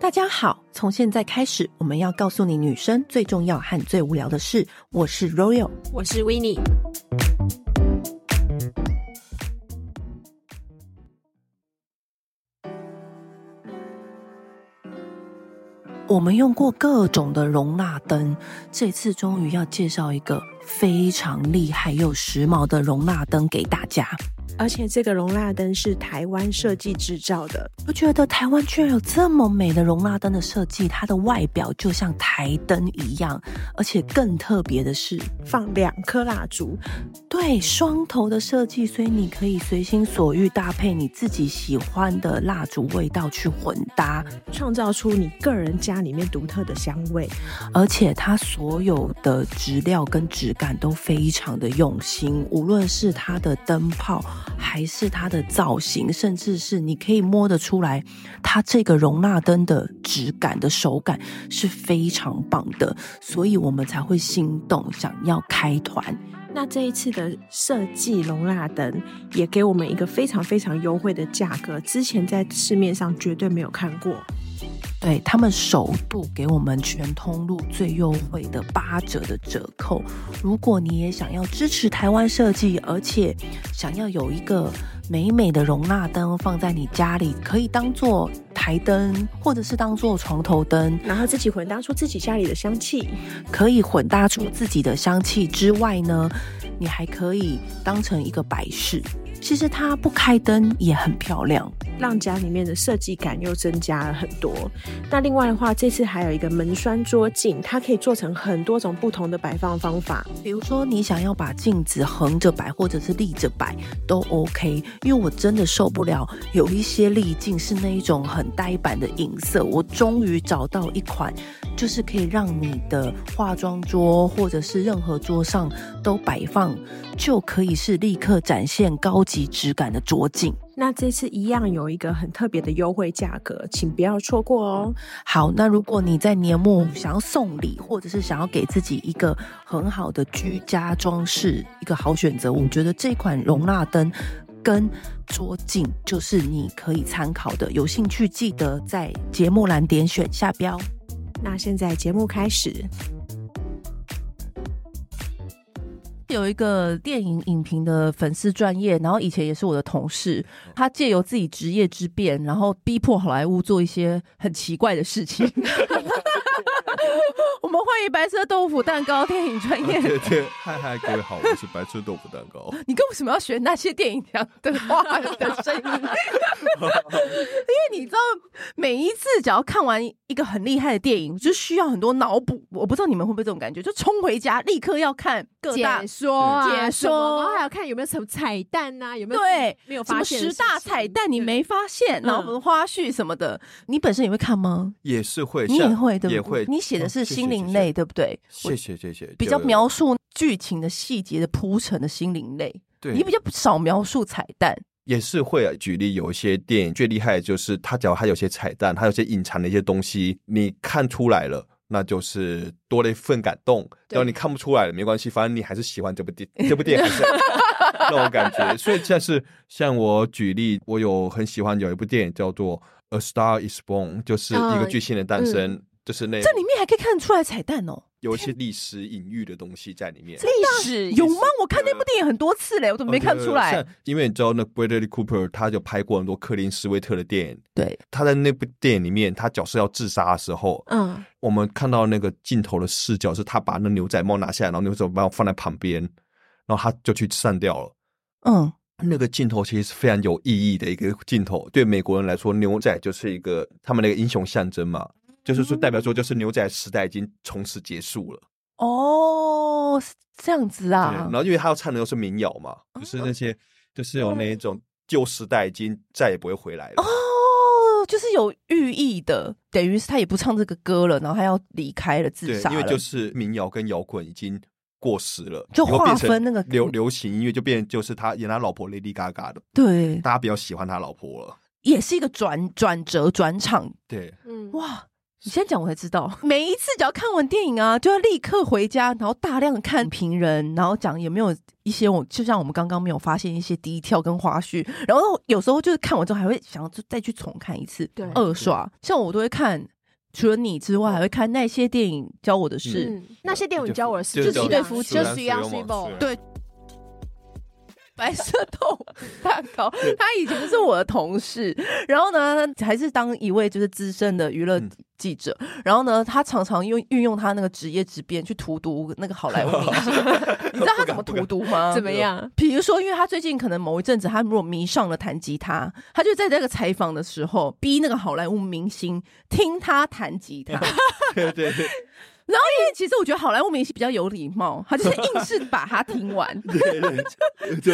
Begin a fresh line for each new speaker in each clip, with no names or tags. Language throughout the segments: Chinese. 大家好，从现在开始，我们要告诉你女生最重要和最无聊的事。我是 Royal，
我是 w i n n i e
我们用过各种的容纳灯，这次终于要介绍一个非常厉害又时髦的容纳灯给大家。
而且这个容蜡灯是台湾设计制造的，
我觉得台湾居然有这么美的容纳灯的设计，它的外表就像台灯一样，而且更特别的是，
放两颗蜡烛，
对双头的设计，所以你可以随心所欲搭配你自己喜欢的蜡烛味道去混搭，
创造出你个人家里面独特的香味。
而且它所有的质料跟质感都非常的用心，无论是它的灯泡。还是它的造型，甚至是你可以摸得出来，它这个容纳灯的质感的手感是非常棒的，所以我们才会心动，想要开团。
那这一次的设计容蜡灯也给我们一个非常非常优惠的价格，之前在市面上绝对没有看过。
对他们首度给我们全通路最优惠的八折的折扣。如果你也想要支持台湾设计，而且想要有一个美美的容纳灯放在你家里，可以当做台灯，或者是当做床头灯，
然后自己混搭出自己家里的香气，
可以混搭出自己的香气之外呢，你还可以当成一个摆饰。其实它不开灯也很漂亮。
让家里面的设计感又增加了很多。那另外的话，这次还有一个门栓桌镜，它可以做成很多种不同的摆放方法。
比如说，你想要把镜子横着摆或者是立着摆都 OK，因为我真的受不了有一些立镜是那一种很呆板的银色。我终于找到一款，就是可以让你的化妆桌或者是任何桌上都摆放，就可以是立刻展现高级质感的桌镜。
那这次一样有一个很特别的优惠价格，请不要错过哦。
好，那如果你在年末想要送礼，或者是想要给自己一个很好的居家装饰，一个好选择，我觉得这款容纳灯跟桌镜就是你可以参考的。有兴趣记得在节目栏点选下标。
那现在节目开始，
有一个电影影评的粉丝专业，然后以前也是我的同事，他借由自己职业之便，然后逼迫好莱坞做一些很奇怪的事情。 我们欢迎白色豆腐蛋糕电影 专业。
对对，嗨嗨，各位好，我是白春豆腐蛋糕。
你为什么要学那些电影讲的话的声音？ 因为你知道，每一次只要看完一个很厉害的电影，就需要很多脑补。我不知道你们会不会这种感觉，就冲回家立刻要看各大
解说啊，
解
什么
说
然后还有看有没有什么彩蛋呐、有没有
对
没有
什
发
么
现的
十大
事情
彩蛋你
对
没发现，然后
嗯
什么花絮什么的，你本身也会看吗？
也是会，
你也
像
会对
也
不对？
会。
你写的
哦
是心灵类，，对不对？
谢谢谢谢谢谢谢谢，
比较
就
描述剧情的细节的铺陈的心灵类，
对，
你比较少描述彩蛋。
也是会啊。举例，有一些电影最厉害的就是它，只要它有些彩蛋，它有些隐藏的一些东西，你看出来了。那就是多了一份感动，
对
然后你看不出来了，没关系，反正你还是喜欢这部 电这部电影，还是那种感觉。所以像是像我举例，我有很喜欢有一部电影叫做《A Star Is Born》，就是
啊
一个
嗯
巨星的诞生，就是那
这里面还可以看得出来彩蛋哦，
有一些历史隐喻的东西在里面。
历
史
有吗？我看那部电影很多次嘞，我怎么没看出
呃
来？
像因为你知道那 Bradley Cooper 他就拍过很多克林斯威特的电影，
对，
他在那部电影里面，他角色要自杀的时候，
嗯，
我们看到那个镜头的视角是他把那牛仔帽拿下来，然后牛仔帽放在旁边，然后他就去散掉了。
嗯，
那个镜头其实是非常有意义的一个镜头，对美国人来说，牛仔就是一个他们的一个英雄象征嘛，就是
嗯
说代表说就是牛仔时代已经从此结束了。
哦，是这样子
对，
啊哦
然，后因为他要唱的又是民谣嘛，就是那些就是有那一种旧时代已经再也不会回来了。
哦，就是有寓意的，等于是他也不唱这个歌了，然后他要离开了，自
对
杀，
因为就
了。
是民谣跟摇滚已经过时了，
就
以后变成
划分那个
流流行音乐就变就是他演他老婆 Lady Gaga 的，
对，
大家比较喜欢他老婆了。
也是一个转转折转场，
对，
嗯，
哇！你先讲我才知道，每一次只要看完电影啊，就要立刻回家，然后大量看评人，然后讲有没有一些我就像我们刚刚没有发现一些低跳跟花絮，然后有时候就是看完之后还会想要就再去重看一次，
对
二刷。像我都会看除了你之外，还会看那些电影教我的事。
嗯，那些电影教我的事，啊
就是
一对夫妻
就
就是
一样
水
是
母
不？
水
对白色豆腐蛋糕，他以前是我的同事，然后呢，他还是当一位就是资深的娱乐
嗯
记者，然后呢，他常常用运用他那个职业之便去荼毒那个好莱坞明星，你知道他怎么荼毒吗？
怎么样？
比如说，因为他最近可能某一阵子，他如果迷上了弹吉他，他就在这个采访的时候逼那个好莱坞明星听他弹吉他。
对对对
因为其实我觉得好莱坞明星比较有礼貌，他就是硬是把它听完。
对对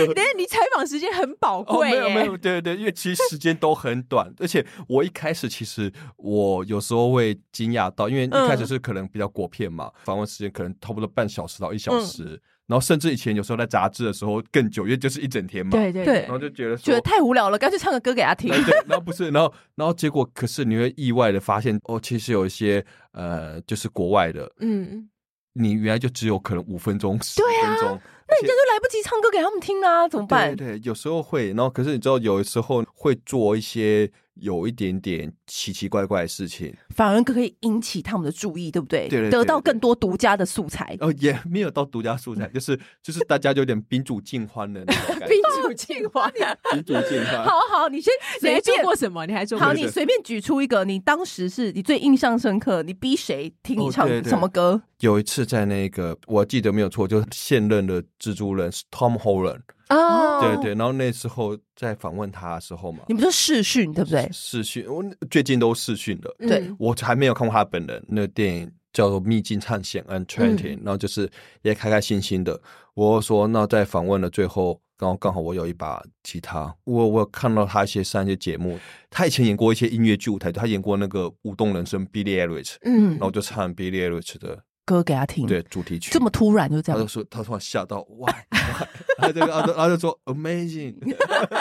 对，
但是你采访时间很宝
哦，
贵
没有没
耶，
有，对对，因为其实时间都很短，而且我一开始其实我有时候会惊讶到，因为一开始是可能比较果片嘛，访问时间可能差不多半小时到一小时，然后甚至以前有时候在杂志的时候更久，因为就是一整天嘛，
对对
对
然后就觉得
觉
说
得。太无聊了，干脆唱个歌给他听
对。对，然后不是，然后然后结果，可是你会意外的发现，哦，其实有一些呃，就是国外的，
嗯，
你原来就只有可能五分钟、十
对啊
分钟，
那你这就来不及唱歌给他们听啦、怎么办？
对对，有时候会，然后可是你知道，有时候会做一些有一点点奇奇怪怪的事情，
反而可以引起他们的注意，对不对？
对对对
得到
对对
更多独家的素材。
哦，也没有到独家 素材，就是就是大家就有点宾主尽欢的那种感
宾
觉，
主尽欢，
宾主尽欢。
好好，你先
你
随
还做
便。
过什么？你还做过
好，
什么？
你随便举出一个你当时是你最印象深刻，你逼谁听你
哦
唱
对对
什么歌？
有一次在那个，我记得没有错，就是现任的蜘蛛人是 Tom Holland，、
哦，
对对，然后那时候在访问他的时候嘛，
你们说视讯对不对？
试训，我最近都试训了。
嗯
对
我还没有看过他本人，那个电影叫做《秘境探险》and
嗯
Training，、然后就是也开开心心的。我说，那在访问的最后，刚好刚好我有一把吉他，我我有看到他一些上一些节目，他以前演过一些音乐剧舞台，他演过那个《舞动人生》Billy Eilish，
嗯
然后我就唱 Billy Eilish 的
歌给他听，
对哦主题
嗯
曲。
这么突然就这
他
样
就，说，他突然吓到，哇！哇 他这个，他就他就说 amazing，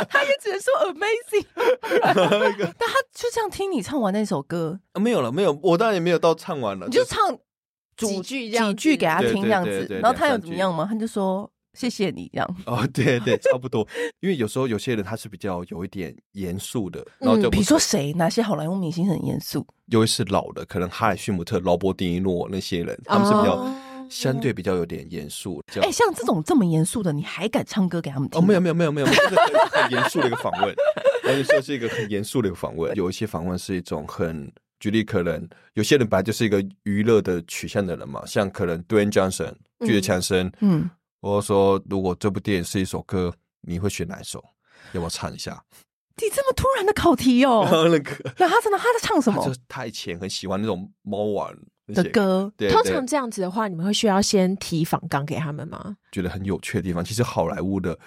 他也只能说 amazing，但 他就这样听你唱完那首歌，
没有了，没有，我当然也没有到唱完了，
你就唱主
几句这
几
样子
句给他听这样
对对
子
对对，
然后他有
两三
怎么
句
样吗？他就说谢谢你这样。
哦，对对，差不多。因为有时候有些人他是比较有一点严肃的，然后
嗯
就
比
不
如说谁，哪些好莱坞明星很严肃？
尤其是老的，可能哈里逊姆特、劳勃·迪尼诺那些人，他们是比较、相对比较有点严肃。这
哦哎、
样
像这种这么严肃的，你还敢唱歌给他们听？
哦，没有没有没有没有，这是很很严肃的一个访问，而且说是一个很严肃的一个访问。有一些访问是一种很。举例可能有些人本来就是一个娱乐的取向的人嘛，像可能 Dwayne Johnson、巨石强森，
嗯，
或者说如果这部电影是一首歌，你会选哪一首？要不要唱一下？
你这么突然的考题哦、
然后那 个
然后他真的他在唱什么
就是他以前很喜欢那种猫玩那
的
些，
歌？
对，
通
对
常这样子的话，你们会需要先提访纲给他们吗？
觉得很有趣的地方，其实好莱坞的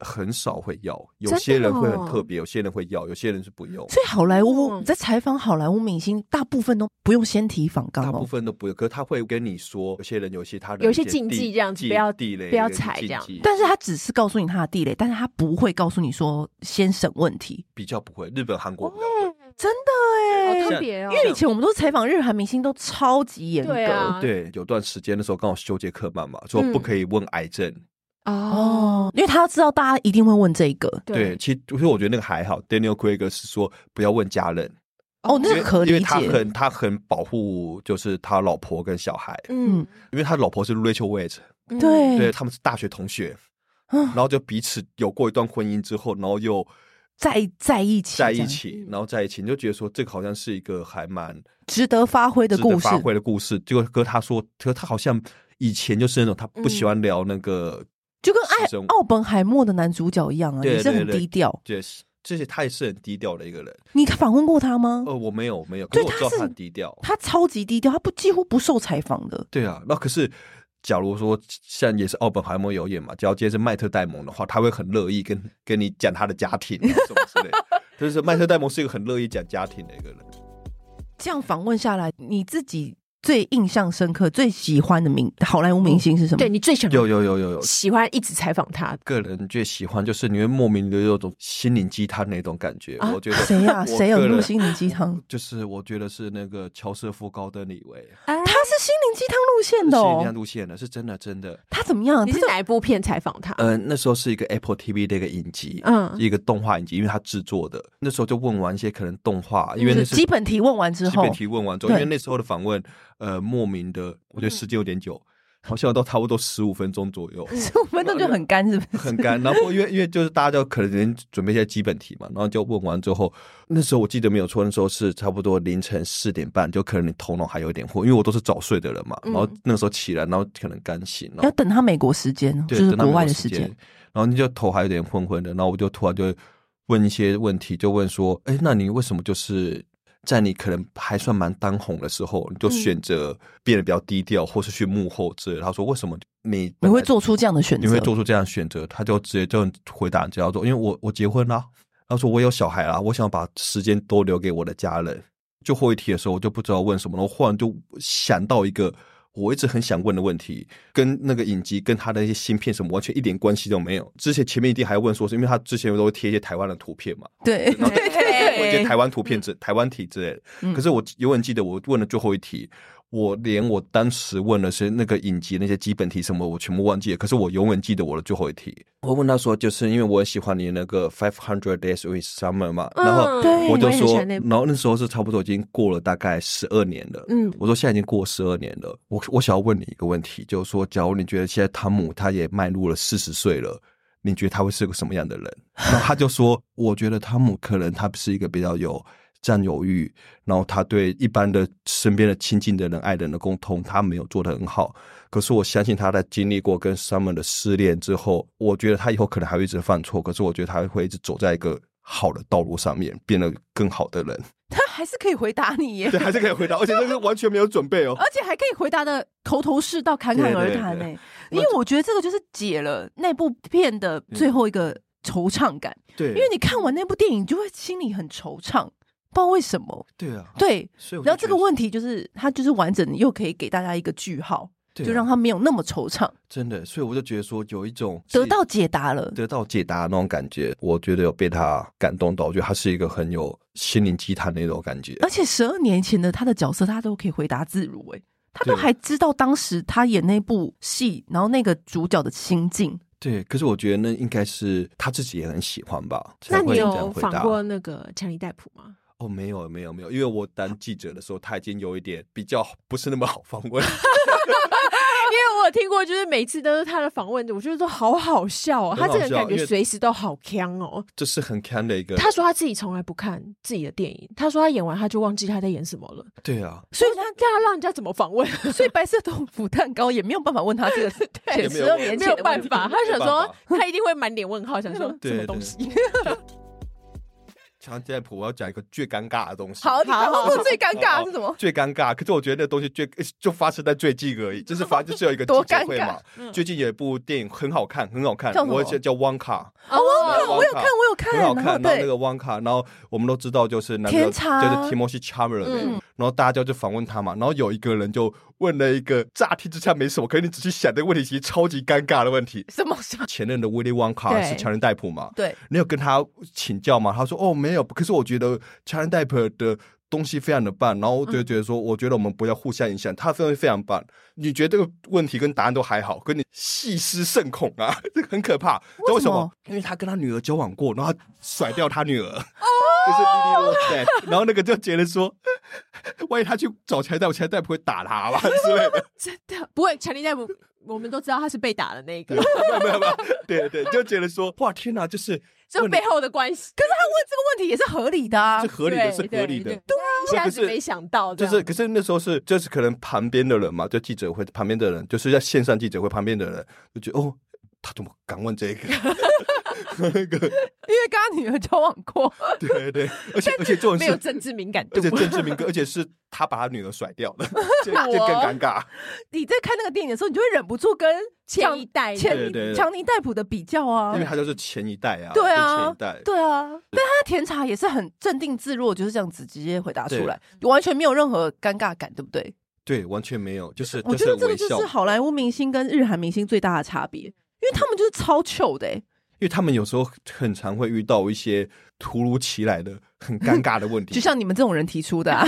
很少会要，有
真
些
的
人会
哦
很特别，有些人会要，有些人是不用。
所以好莱坞
嗯
你在采访好莱坞明星，大部分都不用先提访纲
大部
哦。
分都不用，可是他会跟你说，有些人有些他的
有一些
地
禁忌这样子
地
不要
地雷，
不要
有一些
踩
禁
这样
忌
但是他只是告诉你他的地雷，但是他不会告诉你说先审问题，
比较不会。日本、韩国比较会，
哦
真的哎、
好特
别哦
因为以前我们都是采访日韩明星，都超级严格。
对啊，
对，有段时间的时候刚好修杰克曼嘛，说不
嗯
可以问癌症。
哦
哦，，
因为他知道大家一定会问这个，
对，，其实其实我觉得那个还好。Daniel Craig 是说不要问家人，
哦，那
因为
个可
因
理
为他
解。
很他很保护，就是他老婆跟小孩，
嗯
嗯，
因为他老婆是 Rachel Weisz，
嗯，
对
对，他们是大学同学，
嗯
然后就彼此有过一段婚姻之后，然后又
在在一起，
在一，起，然后在一起，你就觉得说这个好像是一个还蛮
值得发挥的
值得
故事
发。挥的故事。结果哥他说，可他好像以前就是那种他不喜欢聊那个，
就跟爱
私生活
奥本海默的男主角一样啊，
对
也是
对
很
对
低调。
就是这些他也是很低调的一个人。
你访问过他吗？
呃，我没有没有，可
哦对
是我知道
他是
他很低调。
他超级低调，他不几乎不受采访的。
对啊，那可是。假如说像也是奥本海默有演嘛，只要今天是麦特戴蒙的话，他会很乐意跟跟你讲他的家庭啊什么之类的。 就是麦特戴蒙是一个很乐意讲家庭的一个人。
这样访问下来，你自己最印象深刻、最喜欢的明好莱坞明星是什么？
对，你最想
有有有有有，
喜欢一直采访他，
个人最喜欢就是你会莫名的有种心灵鸡汤那种感觉。
啊
我觉得
谁呀
我
谁有
个人
入心灵鸡汤？
就是我觉得是那个乔瑟夫·高登李维，啊
他
他是是心灵鸡汤路线的
是一定要
哦。
路线的，是真的真的。
他怎么样？啊
嗯
你
他
是
就
哪一部片采访他？
呃，那时候是一个 Apple TV 的一个影集，
嗯
一个动画影集，因为他制作的。那时候就问完一些可能动画，因为那
是
是
基本提问完之
基
后
本，提问完之后，因为
对嗯
那时候的访问，呃，莫名的，我觉得时间有点久，好像都差不多十五分钟左右，
五分钟就很干，是不是？
很干。然后因为因为就是大家就可能准备一些基本题嘛，然后就问完之后，那时候我记得没有错，那时候是差不多凌晨四点半，就可能你头脑还有一点昏，因为我都是早睡的人嘛。然
嗯
后那时候起来，然后可能刚醒，然
要
后
等他美国时间哦，就
对，
是
等到
国外
美
的
国
时
时
间。，
然后你就头还有点昏昏的，然后我就突然就问一些问题，就问说，哎，那你为什么就是？在你可能还算蛮当红的时候，你
嗯
就选择变得比较低调，或是去幕后之类的。他说：“为什么你
你
本
会
来
做出这样的选择？
你会做出这样的选择？他就直接就回答这样做，因为我我结婚啦，他说我有小孩啦，我想把时间都留给我的家人。就后一题的时候，我就不知道问什么了，我忽然就想到一个我一直很想问的问题，跟那个影集跟他的一些芯片什么完全一点关系都没有。之前前面一定还问说是因为他之前都会贴一些台湾的图片嘛，
对
然后
对
我觉得
对
台湾图片之、台湾题之类的。
嗯
可是我永远记得我问的最后一题，我连我当时问的是那个影集那些基本题什么，我全部忘记了。可是我永远记得我的最后一题。我问他说，就是因为我很喜欢你那个 Five Hundred Days with Summer 嘛，
嗯
嗯
然后。
对
我就
也很喜
说，
欢那部
然后那时候是差不多已经过了大概十二年了。
嗯
我说现在已经过十二年了。我我想要问你一个问题，就是说，假如你觉得现在汤姆他也迈入了四十岁了，你觉得他会是个什么样的 人？然后他就说，我觉得汤姆可能他是一个比较有占有欲，然后他对一般的身边的亲近的人、爱的人的沟通，他没有做得很好。可是我相信他在经历过跟 Summer 的失恋之后，我觉得他以后可能还会一直犯错，可是我觉得他会一直走在一个好的道路上面，变得更好的人。
他还是可以回答你耶
对，，还是可以回答，而且这是完全没有准备哦。
而且还可以回答的头头是道、侃侃而谈
对
呢。因为我觉得这个就是解了那部片的最后一个惆怅感，
对，
因为你看完那部电影，你就会心里很惆怅，不知道为什么。
对啊，
对，
所以我就
然后这个
觉得
问题就是它就是完整，又可以给大家一个句号，
对啊
就让他没有那么惆怅，
真的，所以我就觉得说有一种
得到解答了。
得到解答的那种感觉，我觉得有被他感动到，我觉得他是一个很有心灵鸡汤的那种感觉。
而且十二年前的他的角色，他都可以回答自如、哎，他都
对
还知道当时他演那部戏，然后那个主角的心 境。
对，可是我觉得那应该是他自己也很喜欢吧。才
那
会
你
这样
有
回
访
答
过那个强尼戴普吗？
哦，没有没有没有，因为我当记者的时候，他已经有一点比较不是那么好访问。
因为我有听过，就是每次都是他的访问，我觉得都好好笑哦。
很
他
好
这个人
笑
感觉
因为
随时都好呛哦。
这是很 can 的一个，
他说他自己从来不看自己的电影，他说他演完他就忘记他在演什么了，
对啊，
所以
哦那这样让人家怎么访问？
他，所以白色豆腐蛋糕也没有办法问他 这个
也
前
没有
十二
问
年
没
前
有
的
办
问题
法，他想
没有办
说他一定会满脸问号，想说
对
什么
对
东西。
强健普，我要讲一个最尴尬的东西。
好，你刚
好
刚
好
说最尴尬的是什么？
最尴尬，可是我觉得那东西最就发生在最近而已，就是发就是有一个记
多
者会
尴尬嗯
嘛。最近有一部电影很好看，很好看
叫，什么
我叫叫《汪卡
啊，我
然
有
哦
后
我有
王卡
看，我有看，》，
很好
然后
看。然后那
对
个汪卡，然后我们都知道就是那
甜
个就
茶
是 Timothy Chalamet，
嗯
然后大家就访问他嘛，然后有一个人就问了一个乍听之下没什么，可是你仔细想这个问题，其实超级尴尬的问题。
什么什么
前任的威利旺卡
对
是强人戴普嘛？
对，
你有跟他请教吗？他说哦没有，可是我觉得 China d e p 的东西非常的棒，然后我就觉得说，我觉得我们不要互相影响，他的东西非常棒。你觉得这个问题跟答案都还好，可你细思甚恐啊， 这个很可怕。知道为什
为什么
么？因为他跟他女儿交往过，然后他甩掉他 女儿，
哦
就是莉莉落塞，然后那个就觉得说， 万一他去找 China d e p 不会打他吧之类 的。
真的不会，强尼戴普，我们都知道他是被打的那一
对
个，
没有没有没有，对对，就觉得说，哇天哪，就是
这背后的关系。
可是他问这个问题也是合理的啊
是。合理的，是
对
合理的
对。对一下子
可是
没想到这
就
样，
是，可是那时候是，就是可能旁边的人嘛，就记者会旁边的人，就是在线上记者会旁边的人，就觉得哦，他怎么敢问 这个？ 那个，
因为跟他女儿交往过，
对对，而且而且这种
没有
是，
政治敏感度
而。且政治民歌，而且是他把他女儿甩掉 了，这这更尴尬。
你在看那个电影的时候，你就会忍不住跟
前一代的
强
对对对
强尼戴普的比较啊
因为。他就是前一代啊，
对
就
啊
前一代，
对啊，但他甜茶也是很镇定自若，就是这样子直接回答出
对
来，完全没有任何尴尬感，对不对？
对，完全没有，就是
我觉
是
得这个
微
就
笑
是好莱坞明星跟日韩明星最大的差别，因为他们就是超糗的、欸，
因为他们有时候很常会遇到一些突如其来的很尴尬的问 题。
就像你们这种人提出的、 啊，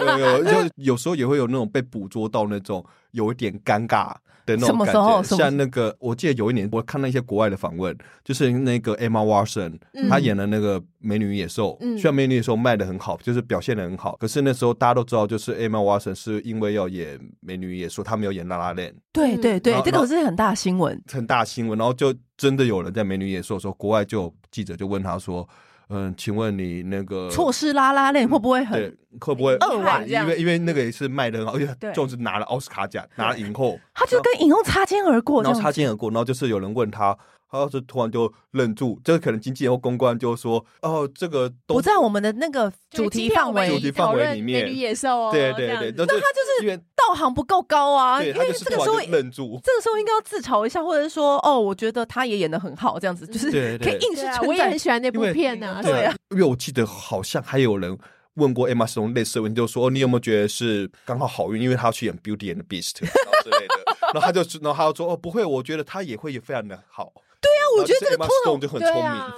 有有有，就是有时候也会有那种被捕捉到那种有一点尴尬的那
什
种
么
感
时候
觉。
什么
像那个，我记得有一年我看到一些国外的访问，就是那个 Emma Watson，、
嗯
她演的那个《美女与野兽》
嗯
虽然《美女与野兽》卖的很好，就是表现的很好，可是那时候大家都知道，就是 Emma Watson 是因为要演《美女与野兽》，她没有演《La La Land》，
对对对
然，后
这
嗯然
个
后
是很大新闻。
很大新闻，然后就真的有人在《美女与野兽》的时候，国外就有记者就问她说：“嗯，请问你那个
错失拉拉链会不会
呃嗯对
很？，
会不会
二万
因为因为那个也是卖的很好，而
嗯对
且就是拿了奥斯卡奖，拿了影后，
他就跟影后擦肩而过这样
然后
子，
擦肩而过，然后就是有人问他，他就突然就愣住，这个可能经纪人或公关就说，哦，这个都
不在我们的那个主
就是
题
今天
范
我们
围
主题范围
讨论
里面
美女野兽哦，
对
这
对
样
对，
子
那
那他就是
因为
道行不够高啊，
对
因
他
为
就是
这个
突然
时候
就
这
愣住，
个时候应该要自嘲一下，或者是说哦，我觉得他也演的很好，这样子就是
对
可
对
以硬是
对啊，我
称
也
赞
很。喜欢那
因
部
为
片呐，
对啊，
因为我记得好像还有人。问过 Emma Stone 类似的问题，就说、哦、你有没有觉得是刚好好运，因为她要去演 Beauty and the Beast 然后之类的，然后他就然后他就说哦不会，我觉得她也会非常的好。对啊，
我觉得这个通
Emma
常
Stone 就很
对
聪明，
啊，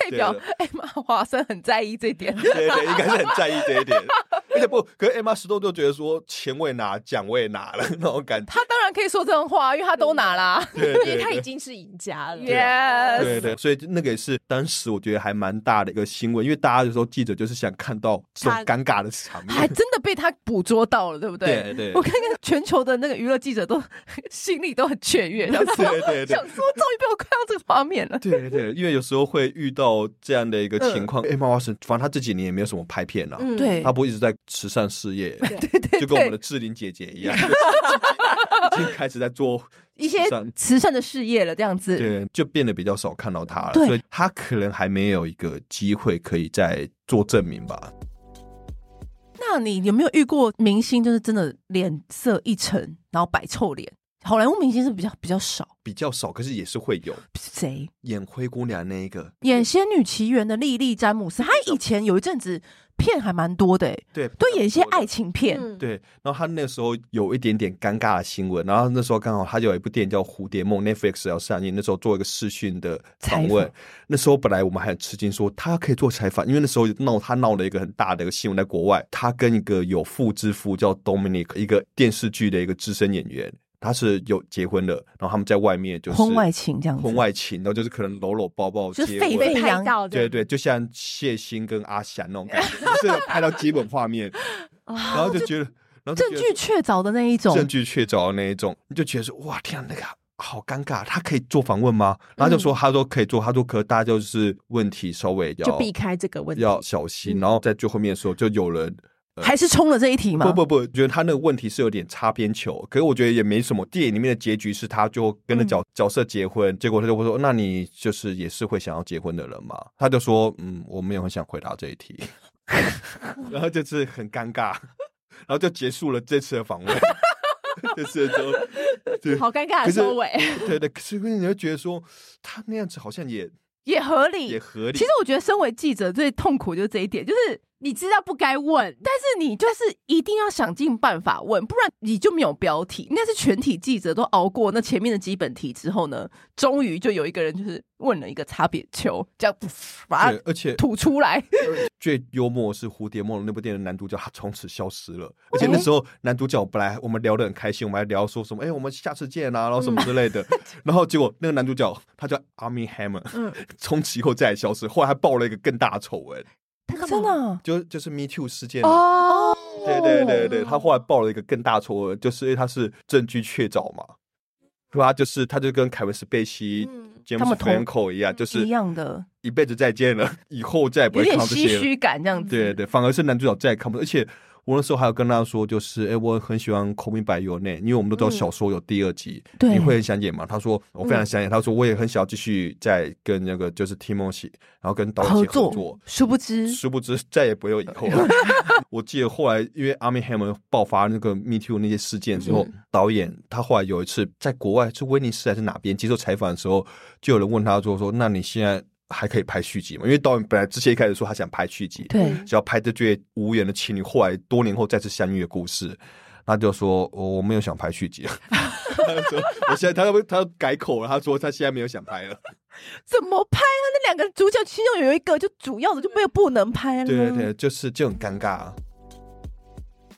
代表
对
Emma 华生很在意这点，
对对，应该是很在意这一点。 而且不，可是 Emma Stone 就觉得说钱我也拿，奖我也拿了那种感觉。
他当然可以说这种话，因为他都拿啦。
对
因为
对
他已
对。
经是赢家了。
Yes
对对，所以那个也是当时我觉得还蛮大的一个新闻，因为大家有时候记者就是想看到这
他
种尴尬的 场
还
面。
真的被他捕捉到了，对不对？
对对
我看看全球的那个娱乐记者都心里都很雀跃，想说
对 对对
想说终于被我看到这个画面了。
对对对，因为有时候会遇到这样的一个情
嗯
况。Emma Watson，反正她这几年也没有什么拍片了、啊
嗯
对
她不过一直在慈善事业，
对对
就跟我们的志玲姐姐一 样，就是已经开始在做
一些
慈善
慈善的事业了，这样子。
对，就变得比较少看到他了，
对
所以他可能还没有一个机会可以再做证明吧。
那你有没有遇过明星，就是真的脸色一沉，然后摆臭脸？好莱坞明星是比较比较少，
比较少，可是也是会有
谁
演灰姑娘那一个，
演《仙女奇缘》的莉莉詹姆斯，她以前有一阵子片还蛮多的、欸，
对，
都演一些爱
情。
情片。
嗯
对，然后他那时候有一点点尴尬的新闻，然后那时候刚好他有一部电影叫《蝴蝶梦》，Netflix 要上映，那时候做一个视讯的访
采
问
访，
那时候本来我们还很吃惊，说他可以做采访，因为那时候闹他闹了一个很大的一个新闻在国外，他跟一个有妇之夫叫 Dominic，一个电视剧的一个资深演员，他是有结婚的，然后他们在外面就是
婚外情这样子
婚外情，然后就是可能搂搂抱抱
就是
接
狒
吻
狒
被
太
拍
阳
哦
到的，
对对，就像谢欣跟阿翔那种感觉，就是拍到基本画 面，
哦
然后就觉得，然后就
证
觉得
据确凿的那一种，
证据确凿的那一种，你就觉得说哇天啊，那个好尴尬，他可以做访问吗？然后就说他说可以做，他说可大家就是问题稍微要
嗯就避开这个问题。
要小心，
嗯
然后在最后面的时候就有人。
还是冲了这一题吗？
不不不，觉得他那个问题是有点擦边球，可是我觉得也没什么。电影里面的结局是他就
嗯
跟着角、角色结婚，结果他就会说：“哦那你就是也是会想要结婚的人吗？”他就说：“嗯，我没有很想回答这一 题。” 然后就是很尴尬， 然后就结束了这次的访 问，就是就对
好尴尬的收尾，
对对，可是你会觉得说他那样子好像也
也合理。
也合理
其实。我觉得，身为记者最痛苦就是这一点，就是
你知道不该问，
但是你就是一定要想尽办法问，不然你就没有标题。应该是全体记者都熬过那前面的基本题之后呢，终于就有一个人就是问了一个擦边球，这样噗
啊
把
对
它，
而且
吐出 来。
最幽默的是《蝴蝶梦》那部电影的男主角，他从此消失了。而
哦
且那时候男主角本来我们聊得很开心，我们还聊说什么，哎、我们下次见啊，然后什么
嗯
之 类的。然后结果那个男主角他叫 Army Hammer，
嗯
从此以后再也消失。后来还爆了一个更大的丑闻，
真的啊
就就是 Me Too 事件啊。
哦，
对对对对，他后来爆了一个更大错误，就是因为他是证据确凿嘛，对吧？就是他就跟凯文·史贝西、
嗯
詹
他
姆斯
们同
· Franco 一样，就是
一样的，
一辈子再见了，以后再也不
有
会
点
看到这
唏
些了。
嘘感这样子。
对对，反而是男主角再也看不到，而且。我那时候还有跟他说，就是哎、诶我很喜欢《Call Me by Your Name》，因为我们都知道小说有第二集，
嗯对嗯
你会很想演吗？他说我非常想演，他说我也很想要继续再跟那个就是 Timothy，然后跟导演一起
合
合
作嗯
作，，
殊不知
殊不知再也不会有以后 了。我记得后来因为 a r m y Hammer 爆发那个 Me Too 那些事件之后，
嗯
导演他后来有一次在国外是威尼斯还是哪边接受采访的时候，就有人问他说说那你现在还可以拍续集吗？因为导演本来之前一开始说他想拍续集，
对
只要拍这对无缘的情侣后来多年后再次相遇的故事。他就说：“哦我我 没有想拍续集。”他就说：“我现在他他他改口了，他说他现在没有想拍了。
怎么拍啊？那两个主角其中有一个就主要的就没有不能拍啊了。
对对对，就是就很尴尬、啊。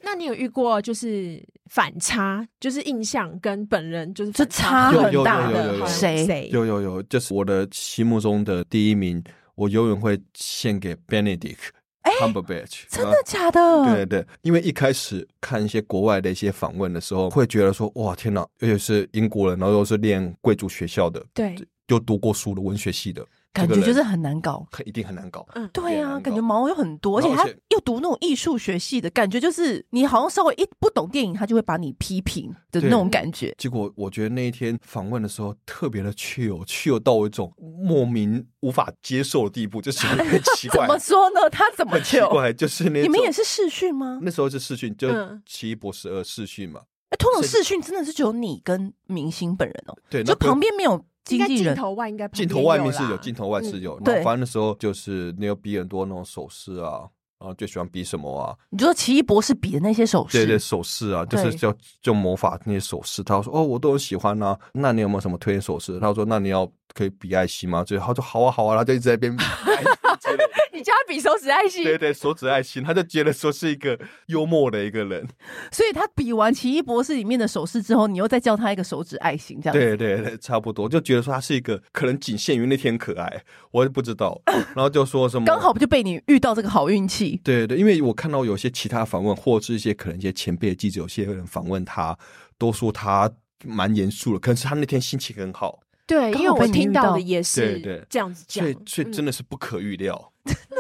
那你有遇过就是反差，就是印象跟本人就是
这
反差
差
很有有大有有
的
有有
好像
谁
谁？
有有有，就是我的心目中的第一名，我永远会献给 Benedict
哎
Cumberbatch。
真
啊
的假的？
对对对，因为一开始看一些国外的一些访问的时候，会觉得说，哇，天哪，尤其是英国人，然后又是念贵族学校的，
对，
又读过书的文学系的，
感
这
觉
个
就
人
是很难搞。
很一定很难搞。
嗯，
对
也
啊，
难
感觉
搞
毛有很多，而且
然后
他
而且
又读那种艺术学系的感觉，就是你好像稍微一不懂电影，他就会把你批评的那
对
种感觉。
结果我觉得那一天访问的时候特别的 chill，chill 到一种莫名无法接受的地步，就是很 奇
怎
怪，
么说呢？他怎么
很奇
就？
怪，就是那
你们
种
也是视讯吗？
那时候是试训，就
嗯
奇异博士二试训嘛，
哎，通常
是
视讯真的是只有你跟明星本人哦，
对，
就
那个
旁边没有经
应该
纪
镜
人。
头外应该旁
镜头
边
外面
有
是有，
啦
镜头外是有，
嗯对
然后反正那时候就是你有比很多那种手势啊。然后最喜欢比什么啊？
你就说奇异博士比的那些手势，
对对，手势啊，就
对
是叫就魔法那些手势。他说：“哦，我都有喜欢啊。那你有没有什么推荐手势？”他说：“那你要可以比爱心吗？”最后他说：“好啊，好啊。”他就一直在那边比爱心之类的
你叫他比手指爱心，
对对，手指爱心，他就觉得说是一个幽默的一个人。
所以他比完奇异博士里面的手势之后，你又再叫他一个手指爱心，这样子。
对对对，差不多，就觉得说他是一个可能仅限于那天可爱，我也不知 道。然后就说什么
刚好就被你遇到这个好运气，
对对，因为我看到有些其他访问，或者是一些可能一些前辈的记者，有些人访问他，都说他蛮严肃的，可能是他那天心情很好，
对，因
刚
为
好
我
被你
听
遇
到
到
的也
对对
是这样子讲
所以，所以
嗯
真的是不可预 料，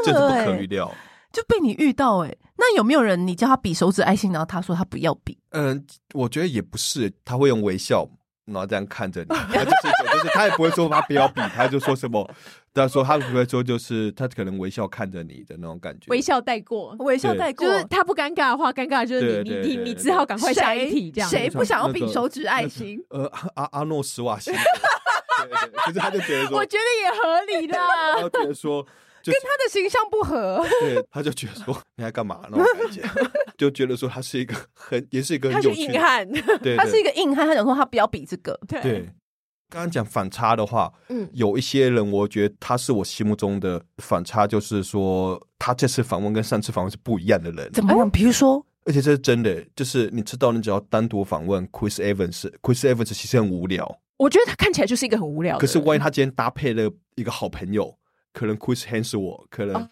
真的是不可预料。
就被你遇到哎、那有没有人你叫他比手指爱心，然后他说他不要比？
嗯，我觉得也不是，他会用微笑。然后这样看着你，他就是一种，就是他也不会说他不要比，他就说什么，他说他不会说，就是他可能微笑看着你的那种感觉。
微笑带过。
微笑
对
带过，
就是他不尴尬的话，尴尬的就是你
对
你
对
你
对
你
对
只好赶快下一
谁
题这样。
谁不想要
那
比
个
手指爱心？
呃，阿阿诺施瓦辛格，对对对，可是他就觉得说
我，觉得也合理
他
啦。
就觉得说，
他的形象不合，
对，他就觉得说你还干嘛那种感觉， 就觉得说他是一个很也是一个
他
很
是
有趣
硬，
的
汉，
对，
他是一
对
个硬汉，他想说他不要比这个。
对。刚刚讲反差的话，
嗯
有一些人，我觉得他是我心目中的反差，就是说他这次访问跟上次访问是不一样的人，
怎么样？哦比如说，
而且这是真的，就是你知道，你只要单独访问 Chris Evans，Chris Evans 其实很无聊，
我觉得他看起来就是一个很无聊的人。
可是万一他今天搭配了一个好朋友，可能 Chris Hemsworth，可能、
哦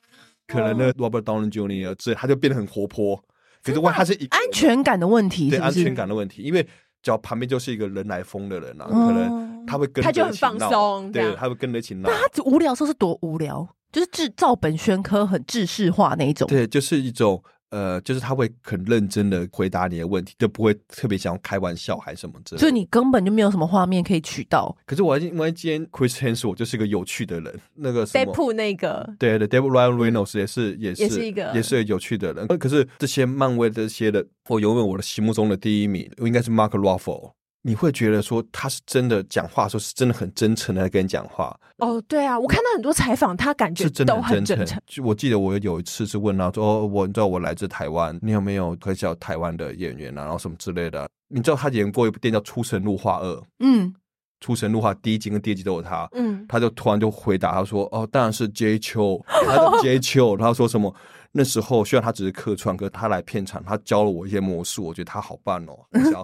可能那 Robert Downey Jr. 这他就变得很活泼。可是万一他是一个
安
人
全感的问题
对
啊是不
安
是？
全感的问题，因为只要旁边就是一个人来疯的人啊，
哦
可能他会跟着
他就很
一起闹
放松这
对，
样
他会跟着一起闹。
他无聊的时候是多无聊，就是制照本宣科，很制式化那一种。
对，就是一种呃，就是他会很认真的回答你的问题，就不会特别想要开玩笑还什么之类
所以
的。
你根本就没有什么画面可以取到。
可是我还因为今天 Chris h a n s 我就是一个有趣的人，那个什么
Deadpool 那个，
对对，David Ryan Reynolds 也是也是
也是一个
也是有趣的人。呃可是这些漫威这些的，我永远我的心目中的第一名应该是 Mark Ruffalo。你会觉得说他是真的讲话的时候是真的很真诚的在跟你讲话，
哦，对啊，我看到很多采访，他感觉
是真的
都很真
真诚。。就我记得我有一次是问他说：“哦，我你知道我来自台湾，你有没有很喜欢台湾的演员啊，然后什么之类的？”你知道他演过一部电影叫《出神入化二》，《
嗯，
出神入化》第一集跟第二集都有他。
嗯，
他就突然就回答他说：“哦，当然是 J 秋，他说 J 秋，他说什么？那时候虽然他只是客串，可是他来片场，他教了我一些魔术，我觉得他好棒哦，我想要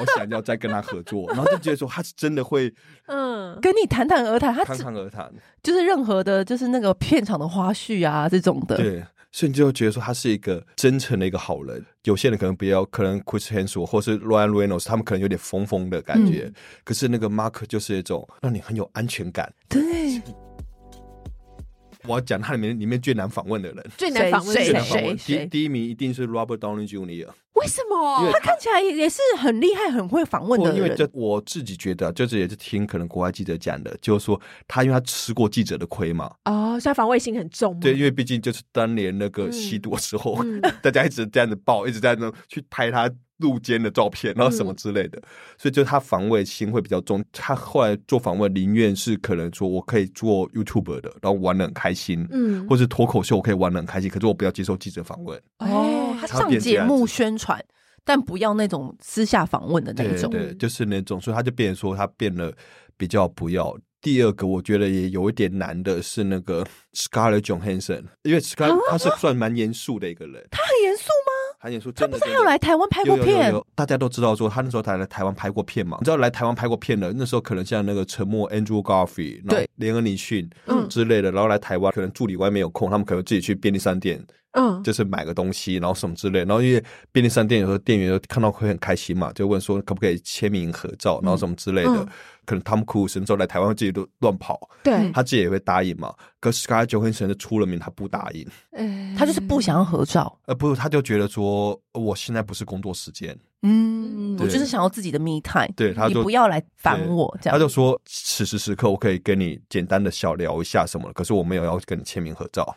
我想要再跟他合作。然后就觉得说他是真的会
嗯，
跟你谈谈而谈，他
侃
只
侃而谈，
就是任何的，就是那个片场的花絮啊这种的。
对，所以你就会觉得说他是一个真诚的一个好人。有些人可能比较，可能 Chris h a n s w o r 或是 Ryan Reynolds，他们可能有点疯疯的感觉，
嗯
可是那个 Mark 就是一种让你很有安全感。
对，
我要讲他里面里面最难访问的人，
最难访问
谁
最
谁
难访问
谁
第第一名一定是 Robert Downey Jr.，
为什
因
么
为？
他看起来也是很厉害、很会访问
我
的
哦因为这
人。
我自己觉得，啊就是也是听可能国外记者讲的，就是说他因为他吃过记者的亏嘛，
哦，所以他防卫心很重吗？
对，因为毕竟就是当年那个吸毒的时候，
嗯
大家一直这样子爆，一直在那去拍他入监的照片，然后
嗯
什么之类的，所以就他防卫心会比较重。他后来做访问，宁愿是可能说我可以做 YouTube 的，然后玩的很开心，
嗯
或是脱口秀我可以玩的很开心，可是我不要接受记者访问。
哦，他
哎
上节目宣传，但不要那种私下访问的那
对
一种。
对，就是那种，所以他就变成说他变得比较不要第二个我觉得也有一点难的是那个 Scarlett Johansson，因为 Scarlett 他是算蛮严肃的一个人，
啊他很严肃吗？
很严肃，
他
真
不
的
是还
真
有
的
来台湾拍过
有有
片
有？有，大家都知道说他那时候才来台湾拍过片嘛。你知道来台湾拍过片的，那时候可能像那个沉默 Andrew Garfield，然后
对
连恩尼逊
嗯
之类的，然后来台湾可能助理外面有空，他们可能自己去便利商店
嗯，
就是买个东西，然后什么之类。然后因为便利商店有时候店员都看到会很开心嘛，就问说可不可以签名合照，然后什么之类的。
嗯
可能汤姆·克鲁斯那时候来台湾自己都乱跑，
对，
嗯他自己也会答应嘛。可是 Scarlett Johansson 就出了名，他不答应，
哎
他就是不想要合照。
呃，不，他就觉得说呃我现在不是工作时间，
嗯，我
对
就是想要自己的 me time，
对他
你
就
不要来烦
对
我这样。
他就说此时此刻我可以跟你简单的小聊一下什么的，可是我没有要跟你签名合照。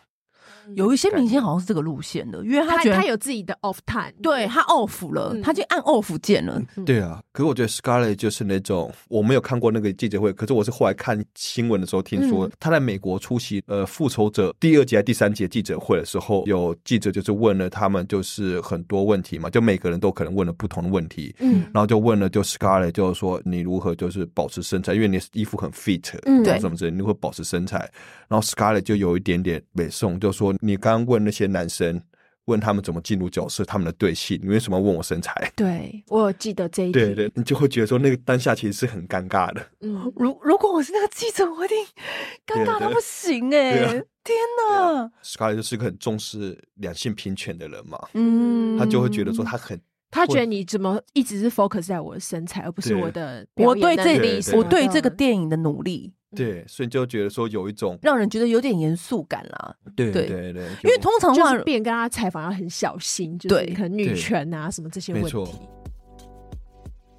有一些明星好像是这个路线的，因为他
嗯他
觉得
他有自己的 off time，
对他 off 了，
嗯
他就按 off 键了。
对啊，可是我觉得 Scarlett 就是那种我没有看过那个记者会，可是我是后来看新闻的时候听
嗯
说，他在美国出席呃《复仇者》第二节还第三节记者会的时候，有记者就是问了他们就是很多问题嘛，就每个人都可能问了不同的问题，
嗯
然后就问了就 Scarlett 就是说你如何就是保持身材，因为你的衣服很 fit，
嗯
对
什么之类，你如何保持身材？然后 Scarlett 就有一点点北宋，就说你刚刚问那些男生。问他们怎么进入角色，他们的对戏，你为什么要问我身 材？
对，我有记得这一
对
题，
对，你就会觉得说那个当下其实是很尴尬的。
嗯，
如如果我是那个记者，我一定尴尬到
对
不行哎、
对啊
天哪，
Scarlett 就是一个很重视两性平权的人嘛，
嗯，
他就会觉得说他很
他觉得你怎么一直是 focus 在我的身材，而不是
对
我的嗯
我
表
对
演能
这
力
对
什
我
么
对
的
这个电影的努力，
对，所以就觉得说有一种
让人觉得有点严肃感啦。
对
对
对对，
因为通常
就
话
是变跟他采访要很小心，就是
对
可能女
对
权啊什么这些问
没错
题。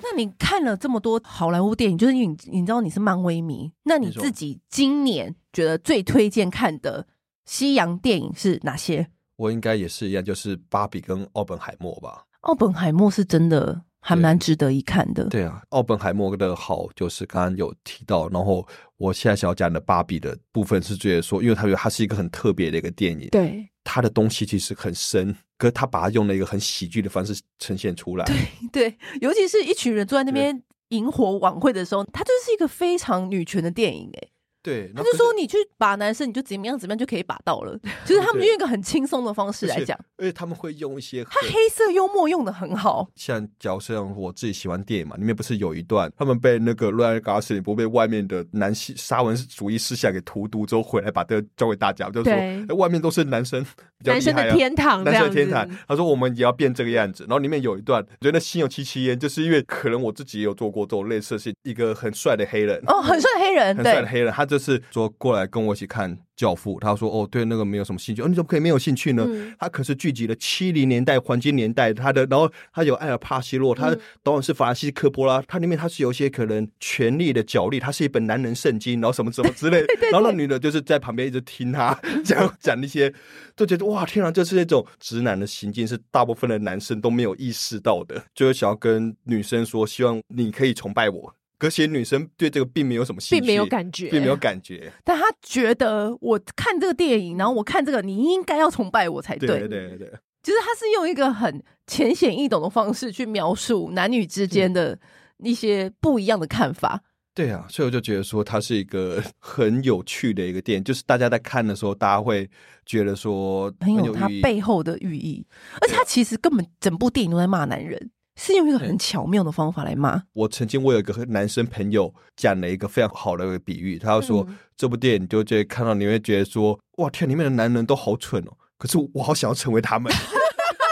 那你看了这么多好莱坞电影，就是你你知道你是漫威迷，那你
没错
自己今年觉得最推荐看的西洋电影是哪些？
我应该也是一样，就是芭比跟奥本海默吧。
奥本海默是真的还
对
蛮值得一看 的。
对啊，奥本海默的好就是刚刚有提到，然后我现在想要讲的芭比的部分是觉得说，因为他觉得它是一个很特别的一个电影，
对，
它的东西其实很深，可是他把它用了一个很喜剧的方式呈现出来。
对，尤其是一群人坐在那边萤火晚会的时候，它就是一个非常女权的电影、欸。
对，
他就
那可是
说你去把男生，你就怎么样怎么样就可以把到 了。就是他们
对
用一个很轻松的方式来讲，，
而且而且他们会用一些
他
很
黑色幽默用的很好。
像假如像我自己喜欢电影嘛，里面不是有一段他们被那个瑞安·嘎斯林不被外面的男性沙文主义思想给荼毒之后回来，把这个交给大家，就说、
对
哎外面都是男生比较
男
厉
生
害、啊、
的天堂哦这
男生
样
的
子，
天堂，他说我们也要变这个样子。然后里面有一段，我觉得心有戚戚焉，就是因为可能我自己也有做过这种类似的事，一个很帅的黑人，
哦，很帅的黑人，
嗯很帅的
对，
黑人，他就是说过来跟我一起看《教父》，他说哦，对那个没有什么兴趣，哦，你怎么可以没有兴趣呢？
嗯
他可是聚集了七零年代黄金年代，他的然后他有艾尔帕西洛，他
嗯
导演是法兰西斯科波拉，他里面他是有一些可能权力的角力，他是一本男人圣经，然后什么什么 之类，然后那女的就是在旁边一直听他 讲讲那些，就觉得哇天啊，就是那种直男的行径是大部分的男生都没有意识到的，就是想要跟女生说，希望你可以崇拜我。可是女生对这个并没有什么兴趣，
并没有感觉，
并没有感觉。
但他觉得我看这个电影，然后我看这个，你应该要崇拜我才
对
对。
对对，
其实他是用一个很浅显易懂的方式去描述男女之
嗯
间的一些不一样的看法。
对啊，所以我就觉得说它是一个很有趣的一个电影，就是大家在看的时候，大家会觉得说
很有
有
它
意义
背后的寓意，而且他其实根本整部电影都在骂男人，是用一个很
对
巧妙的方法来骂。
我曾经我有一个男生朋友讲了一个非常好的一个比喻，他说、
嗯
这部电影就觉得看到你会觉得说哇天，里面的男人都好蠢哦，可是我好想要成为他们。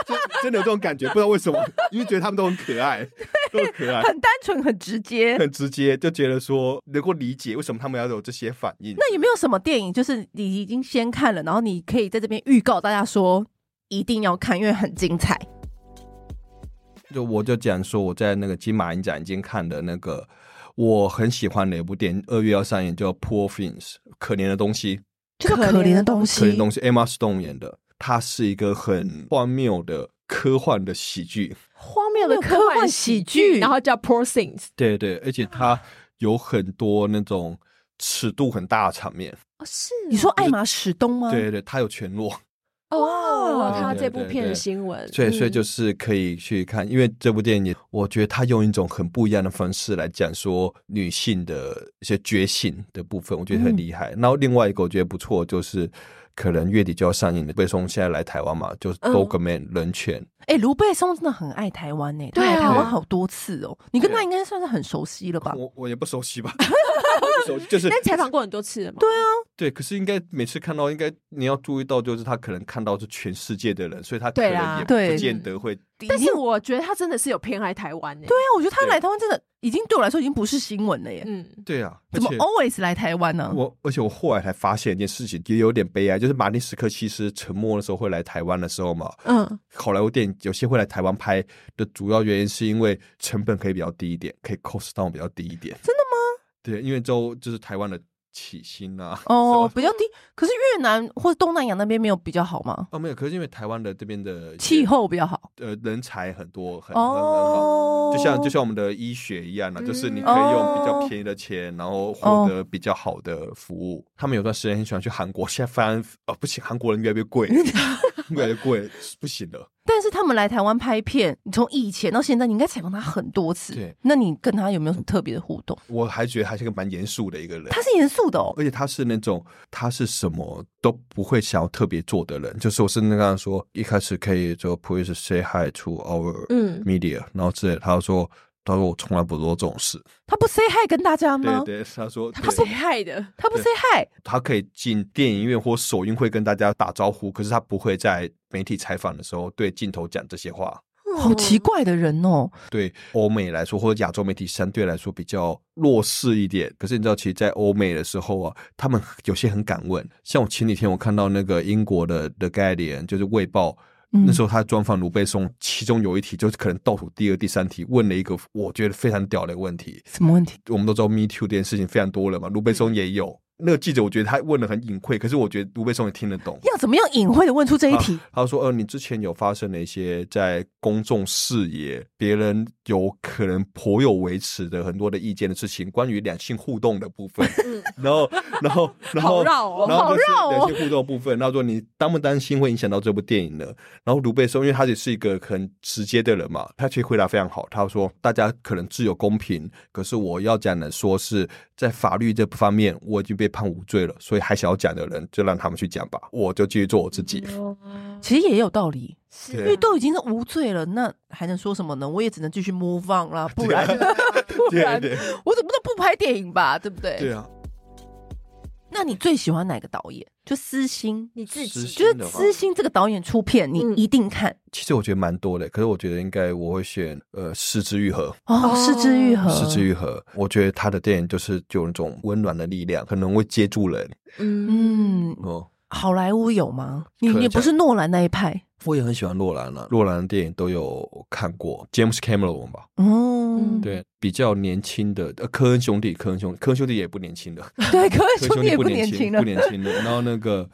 真真的有这种感觉，不知道为什么，因为觉得他们都很可爱，都很可爱，
很单纯，很直接。
很直接，就觉得说能够理解为什么他们要有这些反应。
那有没有什么电影，就是你已经先看了，然后你可以在这边预告大家说一定要看，因为很精彩。
就我就讲说我在那个金马影展已经看的那个我很喜欢的一部电影，二月要上映叫《Poor Things》，可怜的东西，
这个
可
可
怜
怜的
的
东
东
西，
可怜的东西，Emma Stone 演的，它是一个很荒谬的科幻的喜剧。
荒谬的
科
科
幻
幻
喜
喜
剧
剧，然后叫 Poor Things，
对对，而且它有很多那种尺度很大的场面。
哦是
你说艾玛史东吗？
嗯
对对，它有全裸，
哦，我有
对
看到
对
这部
对
片的
对
新闻，
所以，所以
嗯
就是可以去看，因为这部电影，我觉得它用一种很不一样的方式来讲说女性的一些觉醒的部分，我觉得
嗯
很厉害。然后另外一个我觉得不错，就是可能月底就要上映的，贝松现在来台湾嘛，就是《
嗯
Dogman、人权》，
哎，卢贝松真的很爱台湾呢，他
对啊
来台湾好多次哦。你跟
对啊
他应该算是很熟悉了吧？
我我也不 熟悉吧，不熟悉就是
但采访过很多次了嘛，
对，可是应该每次看到，应该你要注意到，就是他可能看到是全世界的人，所以他可
对
能
啦
也
对
不见得会
但是
我
我觉得他真的是有偏爱台湾欸呢、
对啊，我觉得他
对
来台湾真的已经对我来说已经不是新闻了耶。
嗯，
对啊，而
怎么哦
且
always 来台湾呢？
我而且我后来才发现一件事情，也有点悲哀，就是马丁·斯科西斯沉默的时候会来台湾的时候嘛，
嗯，
好莱坞电影有些会来台湾拍的主要原因是因为成本可以比较低一点，可以 cost down 比较低一点。真的吗？对，因为就就是台湾的起薪啊。
哦，
什么，
比较低。可是越南或者东南亚那边没有比较好吗？
哦没有，可是因为台湾的这边的一些
气候比较好。
呃人才很多，很很很好。
哦，
就像就像我们的医学一样呢、啊
嗯
就是你可以用比较便宜的钱，然后获得比较好的服务。他们有段时间很喜欢去韩国，现在发现哦不行，韩国人越来越贵，越来越贵，不行了。
但是他们来台湾拍片，你从以前到现在，你应该采访他很多次。
对，
那你跟他有没有什么特别的互动？
我还觉得他是个蛮严肃的一个人。
他是严肃的哦。
而且他是那种他是什么都不会想要特别做的人，就是我是那刚刚说一开始可以就 please say hi to our
嗯
media，、然后之类的，他就说他说我从来不做这种事，
他不 say hi 跟大家吗
对？对，他说
他
对
是害的，
他不
对
say hi，
他可以进电影院或首映会跟大家打招呼，可是他不会在媒体采访的时候对镜头讲这些话。
哦
好奇怪的人哦。
对欧美来说，或者亚洲媒体相对来说比较弱势一点。可是你知道，其实，在欧美的时候啊，他们有些很敢问。像我前几天我看到那个英国的《The Guardian》，就是《卫报》。
嗯
那时候他专访卢贝松，其中有一题就是可能倒数第二、第三题，问了一个我觉得非常屌的一个问题。
什么问题？
我们都知道 Me Too 这件事情非常多了嘛，卢贝松也有。那个记者我觉得他问的很隐晦，可是我觉得卢贝松也听得懂。
要怎么样隐晦的
啊
问出这一题？
他说：“呃，你之前有发生了一些在公众视野，别人有可能颇有微词的很多的意见的事情，关于两性互动的部分。
嗯
然后，然 后，然
好
后，
绕哦
然后就是
好绕哦
两性互动的部分。然后说你担不担心会影响到这部电影呢？然后卢贝松，因为他也是一个很直接的人嘛，他其实回答非常好。他说：大家可能自有公平，可是我要讲的说是在法律这方面我已经被判无罪了，所以还想要讲的人就让他们去讲吧，我就继续做我自
啊
己。啊
其实也有道理，
是
对
因为都已经是无罪了，那还能说什么呢？我也只能继续 move on 啦，不然 不然
啊对对
我总不能不拍电影吧，对不对？
对啊，
那你最喜欢哪个导演？就私心，
你自
私
己
心
就是
的话
私心这个导演出片，你
嗯
一定看
其实我觉得蛮多的，可是我觉得应该我会选呃《失之愈合
哦，《失之愈合》。》，
《失之愈合》，我觉得他的电影就是有那种温暖的力量，可能会接住人
嗯
嗯，
哦。
好莱坞有吗？你
可能
你不是诺兰那一派
我也很喜欢洛兰啊了、洛兰的电影都有看过，James Cameron 吧，
哦。
嗯
对，比较年轻的，呃，科恩兄弟，科恩兄弟，科恩兄弟也不年轻 了，
对，可是
科恩
兄弟也
不
不
年
年
轻，
轻了
不。年 轻了。然后那个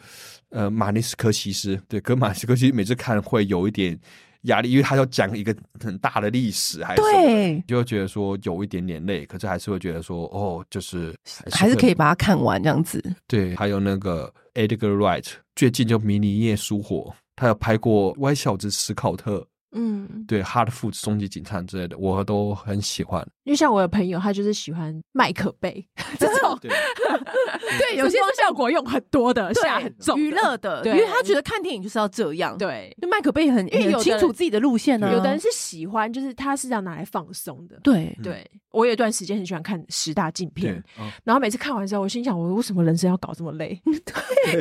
呃，马尼斯科西斯，对，跟马尼斯科西斯每次看会有一点压力，因为他要讲一个很大的历史，还是什么的
对，
就会觉得说有一点点累，可是还是会觉得说哦，就是
还是可以
会
把它看完这样子。
对。还有那个 Edgar Wright 最近就迷离夜疏火，他有拍过《歪小子史考特》，
嗯，
对《Hard f o o d 终极警探》之类的，我都很喜欢。
因为像我有朋友，他就是喜欢麦克 贝这种，
对，
对，有些是效果用很多的，下很重的
娱乐的，因
对
为他觉得看电影就是要这样。，
对，嗯
就麦克贝很
因为有的
很清楚
人
自己的路线呢、啊。
有的人是喜欢，就是他是要拿来放松的。
对，
嗯
对，我有一段时间很喜欢看十大禁
对
片，，
啊
然后每次看完之后，我心想，我为什么人生要搞这么累？
对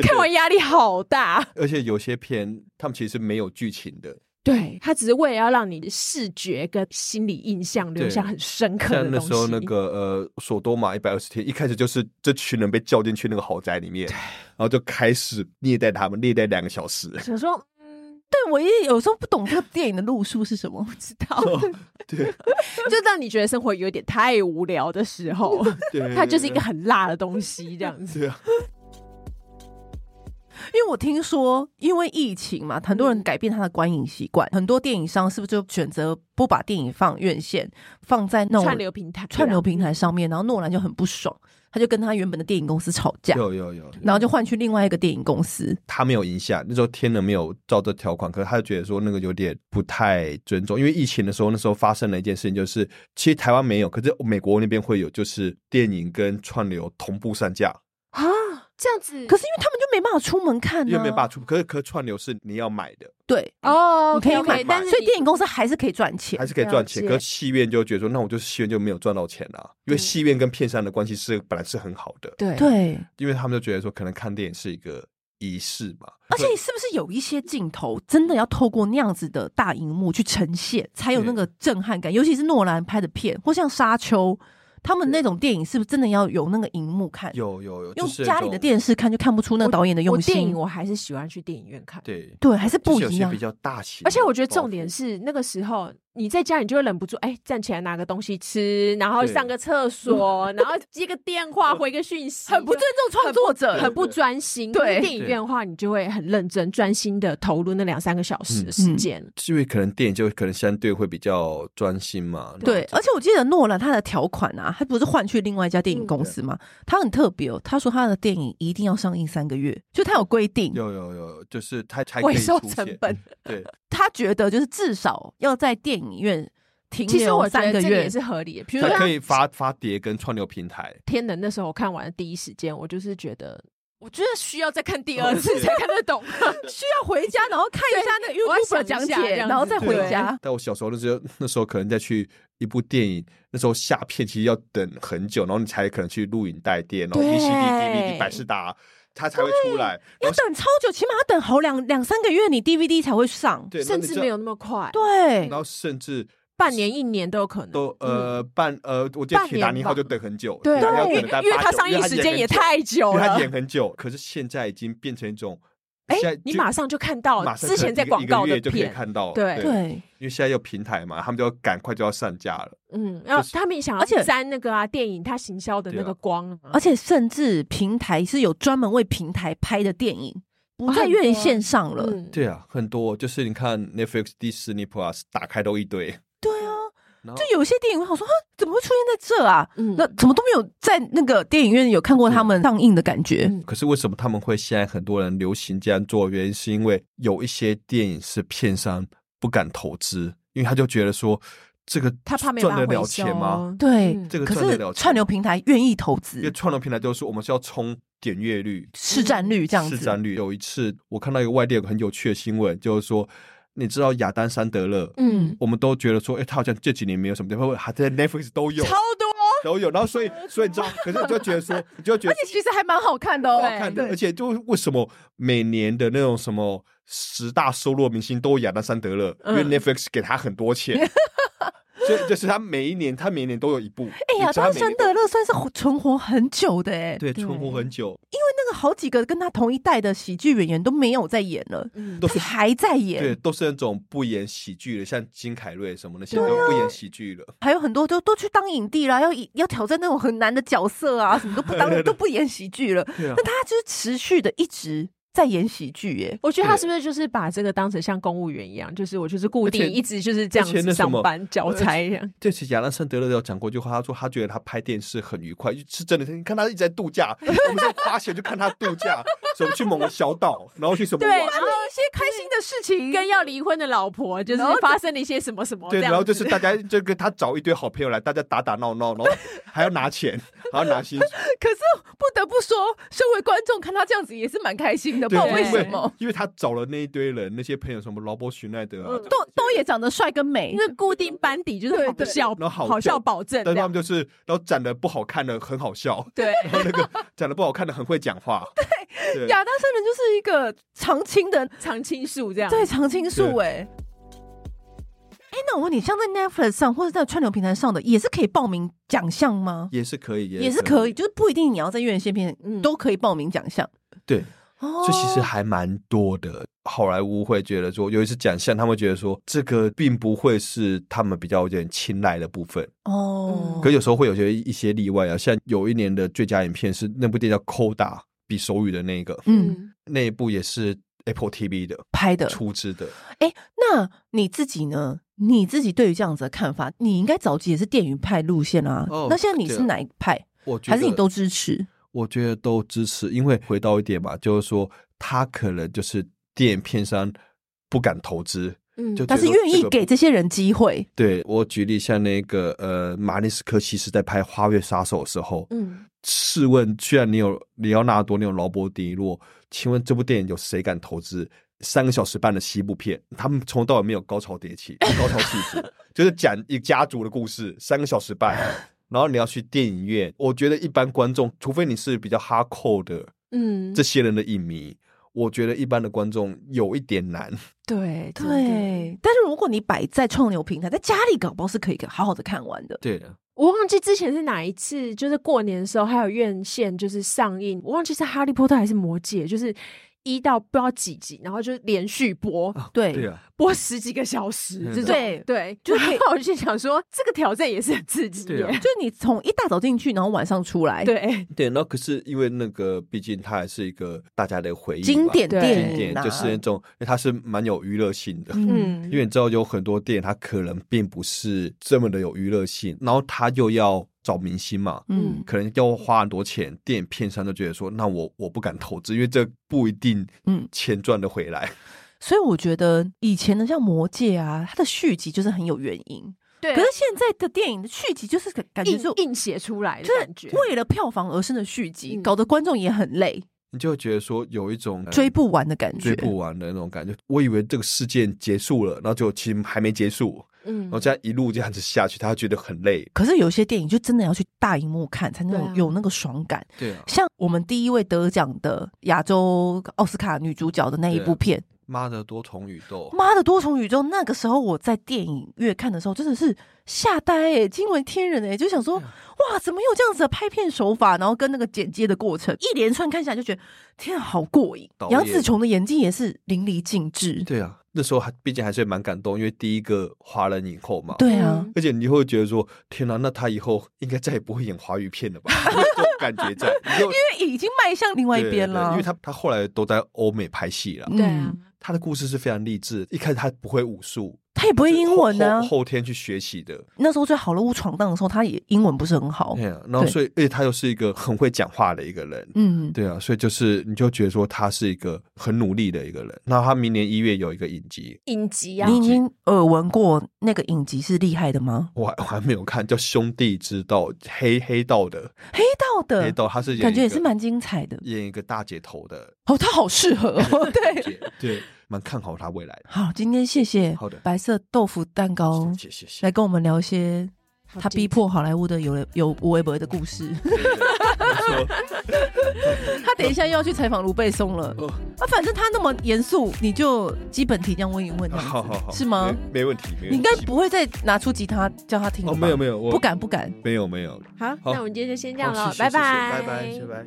看
对
完压力好大。
而且有些片他们其实没有剧情的，
对，他只是为了要让你的视觉跟心理印象留
对
下很深刻的
像
东西。
那时候那 个呃，索多玛一百二十天，一开始就是这群人被叫进去那个豪宅里面，然后就开始虐待他们，虐待两个小时。
嗯
想说，
但我也有时候不懂这个电影的路数是什么，不知道。
哦对
就让你觉得生活有点太无聊的时候，
对，啊
它就是一个很辣的东西，这样子。
对啊，
因为我听说，因为疫情嘛，很多
嗯
人改变他的观影习惯，很多电影商是不是就选择不把电影放院线，放在那种
串流平台，
串流平台上面？然后诺兰就很不爽，他就跟他原本的电影公司吵架，
有有有，
然后就换去另外一个电影公司。
嗯
他没有赢下，那时候天能没有照这条款，可是他就觉得说那个有点不太尊重，因为疫情的时候，那时候发生了一件事情，就是其实台湾没有，可是美国那边会有，就是电影跟串流同步上架，
啊！
这样子
可是因为他们就没办法出门看、啊，
因为没办法出，可是可是串流是你要买的，
对，
哦，
你可以买，
OK，OK，但是
所以
你
电影公司还是可以赚钱
还。是可以赚钱，
了
可
解
是戏院就觉得说，那我就是戏院就没有赚到钱啦、因为戏院跟片商的关系是本来是很好的，
对
对，
因为他们就觉得说，可能看电影是一个仪式嘛，
而且是不是有一些镜头真的要透过那样子的大荧幕去呈现，才有那个震撼感？尤其是诺兰拍的片，或像《沙丘》，他们那种电影是不是真的要有那个荧幕看？
有有有，
用
就是
家里的电
视
视看就看不出那个导演的
我
用
电
心
影。我还是喜欢去电影院看。
对，
对，还是
就
不
有
一
些
样
比。较大型的包袱，
而且我觉得重点是那个时候你在家，你就会忍不住哎站起来拿个东西吃，然后
对
上个厕所，然后接个 电话，回个讯息，
很不尊重创作者，
很不专心。
对
可是电影院的话，你就会很认真、专心的投入那两三个小时的
嗯
嗯
时间。
是因为可能电影就可能相对会比较专心嘛。
对，而且我记得诺兰他的条款啊，他不是换去另外一家电影公司吗？他很特别哦，他说他的电影一定要上映三个月，就他有规定，
有有有，就是他才可
回
以
收
出
成
现。嗯
本，
对，
他觉得就是至少要在电影院停
其实
留
我觉
三
得
个
这个
月
也。是合理的。比如
才
说
可以发发碟跟串流平台。
天能那时候我看完的第一时间，我就是觉得，我觉得需要再看第
哦
二次才看得 懂。
需要回家，然后看一下那个
对我要
YouTube
想一
讲
下
解，
这样
然后
子
再回
对
家。
但我小时候那时候，那时候可能再去一部电影，那时候下片其实要等很久，然后你才可能去录影带店，然后
对
VCD、DVD 百事达，它才会出来。
要
然后
等超久，起码要等好两两三个月，你 DVD 才会上。
对，
甚至没
有，
有那么快，
对
然，后甚至
半年一年都有可能。嗯
都呃半呃，我记得
半
《铁达
年
尼
吧
号》就等很久，
对
铁达尼号
因为
可能大概
因为
八
它
九
上映
因为
时
演
间
很
也
久
太久
因为他
了。
演很久，可是现在已经变成一种，
哎
现在
你
就
马上就看到
马上
之
可能
前在
一个
广
一个
告的
月就可以
片，
看到，
对
对，
因为现在有平台嘛，他们就要赶快就要上架了，
嗯，然后
就是
他们想要
而且
沾那个啊电影它行销的那
对
个
啊
光啊，
而且甚至平台是有专门为平台拍的电影，不
哦
在
很
院
多
线上了。
嗯，
对啊，很多就是你看 Netflix、迪士尼 Plus 打开都一堆，
对啊，
然后
就有些电影我想说，啊，怎么会出现在这啊？
嗯
那怎么都没有在那个电影院有看过他们上映的感觉
嗯。
可是为什么他们会现在很多人流行这样做？原因是因为有一些电影是片商不敢投资，因为他就觉得说这个
他怕没
赚
办
得
法
了
回收
钱吗？
对
嗯
这个
可
赚得了
是
钱
串流平台愿意投
因
资
为串流平台都是我们是要冲点阅率，
市占率这样
市
子，
占率。有一次我看到一个外电有个很有趣的新闻，就是说，你知道亚当·山德勒，
嗯，
我们都觉得说，哎、他好像这几年没有什么地方，还在 Netflix 都有
超多，
都有，然后所以所以你知道，可是你就觉得说，你就觉得
而且其实还蛮好看的哦。
对
看的，而且就为什么每年的那种什么十大收入明星都有亚当·山德勒，
嗯
因为 Netflix 给他很 多钱。所以就是他每一年，他每一年都有一部。
哎呀，
你知道他
当
每年
山
都
德勒算是活存活很久的哎，
对存活 很久，
那个好几个跟他同一代的喜剧演员都没有在演了，
嗯
都
他
是
还在
对，
演，
都是那种不演喜剧的，像金凯瑞什么那些都不
啊
演喜剧了。
还有很多都都去当影帝啦，要以要挑战那种很难的角色 啊，什么都不当都不演喜剧了。
对啊
那他就是持续的一直在演喜剧耶。
我觉得他
对
是不是就是把这个当成像公务员一样，就是我就是固
而且
定一直就是这样
而且
子
那什
上
么呃
班交差这 样，
这次亚当·桑德勒有讲过一句话，他说他觉得他拍电视很愉快，是真的。你看他一直在度假，我们就花钱去看他度假，什么去某个小岛，然后去什么
对哦
玩，
发生一些开心的事情，
跟要离婚的老婆就是
然后
发生了一些什么什么这
对，
样子，
然后就是大家就跟他找一堆好朋友来，大家打打闹闹，然后还要拿钱，还要拿薪水，
可是不得不说，身为观众看他这样子也是蛮开心的，不知
对
道，
因
为什
为
么，
因为他找了那一堆人，那些朋友什么劳勃·许奈德啊，
嗯
都都也长得帅跟美
因。为固定班底就是
对
好
对
笑
然后好
笑
笑
保证
但
这
是他
样
们，就是然后长得不好看的很好笑，
对，
然后那个长得不好看的很会讲话，对
亚当·山人就是一个常青的
常青树这样，
对，常青树
对
哎、欸。哎、那我问你，像在 Netflix 上或者在串流平台上的，也是可以报名奖项吗？
也是可以，
也是可以，，就是不一定你要在院线片，
嗯
都可以报名奖项。
对，
哦
这其实还蛮多的。好莱坞会觉得说，有一次奖项，他们觉得说这个并不会是他们比较有点青睐的部分，
哦
嗯
可有时候会有些一些例外啊，像有一年的最佳影片是那部电影叫《Coda》。比手语的那个，
嗯，
那一部也是 Apple TV 的
拍的。
出资的。
哎，那你自己呢？你自己对于这样子的看法，你应该早期也是电影派路线啊。
哦
那现在你
对
是哪一派？
我觉得
还是你都支持？
我觉得都支持，因为回到一点吧，就是说他可能就是电影片商不敢投资，
嗯
就
但是
觉得
愿意
这个
给这些人机会，
对我举例，像那个呃，马利斯科西斯在拍《花月杀手》的时候，
嗯，
试问，虽然你有里奥纳多，你有劳勃迪诺，请问这部电影有谁敢投资三个小时半的西部片？他们从头到尾没有高潮迭起，高潮起伏，就是讲一家族的故事，三个小时半。然后你要去电影院，我觉得一般观众，除非你是比较哈扣的
嗯，
这些人的影迷，我觉得一般的观众有一点难。
对真的
对，但是如果你摆在创流平台，在家里搞不好是可以好好的看完的。
对，啊
我忘记之前是哪一次，就是过年的时候还有院线就是上映，我忘记是《哈利波特》还是《魔戒》，就是一到不知道几集，然后就连续播
对，
对啊，
播十几个小时
嗯
这种。
对
对，
就
就
可以
然后我就想说，这个挑战也是很刺激
对啊
耶。
就你从一大早进去，然后晚上出来，，
对，啊
对。那可是因为那个，毕竟它还是一个大家的回忆嘛，
经典
对
电
经
影
典
啊，
就是那种，因为它是蛮有娱乐性的。
嗯，
因为你知道有很多电影，它可能并不是这么的有娱乐性，然后它又要找明星嘛，
嗯
可能要花很多钱，电影片商就觉得说，那我我不敢投资，因为这不一定
嗯
钱赚得回来。
所以我觉得以前的像《魔戒》啊，它的续集就是很有原因，
对
可是现在的电影的续集就是感感觉
硬
是
硬写出来的感
就
觉
是，为了票房而生的续集，
嗯
搞得观众也很累，
你就会觉得说有一种、呃
追不完的感觉
追。不完的那种感觉。我以为这个事件结束了，然后就其实还没结束，
嗯
然后这样一路这样子下去，他觉得很累。
可是有些电影就真的要去大荧幕看，才能有、
对啊
有那个爽感。
对啊，
像我们第一位得奖的亚洲奥斯卡女主角的那一部片
妈的多重宇宙
《妈的多重宇宙》，那个时候我在电影院看的时候，真的是吓呆哎、惊为天人哎、就想
啊
说哇，怎么有这样子的拍片手法？然后跟那个剪接的过程，一连串看下来就觉得天啊，好过瘾
导！演
杨紫琼的演技也是淋漓尽致，
对啊，那时候还毕竟还是蛮感动，因为第一个华人影后嘛。
对啊，
嗯
而且你会觉得说，天哪，那他以后应该再也不会演华语片 了吧？这种感觉在，因为
因为已经迈向另外一边了，嗯
因为他他后来都在欧美拍戏了。
对啊，
他的故事是非常励志，一开始他不会武术，
他也不
不
会英文啊呢、
后后天去学习的。
那时候在好莱坞闯荡的时候，他也英文不是很好
对，啊，然后
哦对
所以，而且他又是一个很会讲话的一个人。
嗯，
对啊，所以就是你就觉得说他是一个很努力的一个人。那他明年一月有一个影集，
影集啊
嗯
你，已经耳闻过那个影集是厉害的吗？
我还我还没有看，叫《兄弟之道》，黑黑道的
黑道的，
黑道，他是演
嗯感觉
一
也
个
是蛮精彩的
演一个大姐头的
哦，他好适合哦， 对。
姐， 对，蛮看好他未来的。
好，今天谢谢
好的
白色豆腐蛋糕
谢谢谢
来
谢。
跟我们聊一些
好
他
精
逼迫好莱坞的有有无微博的故事。 他等一下又要去采访卢贝松了
哦
啊，反正他那么严肃，你就基本题这样问一问这样子，
好好好，
是吗？
没没问题，没问题。
你应该不会再拿出吉他叫他听了
哦，
吧
没有没有，我
不敢不敢。
没有没有。
好，
好
那我们今天就先这样
好
了
谢，
拜
谢谢谢
拜，
拜拜，拜拜。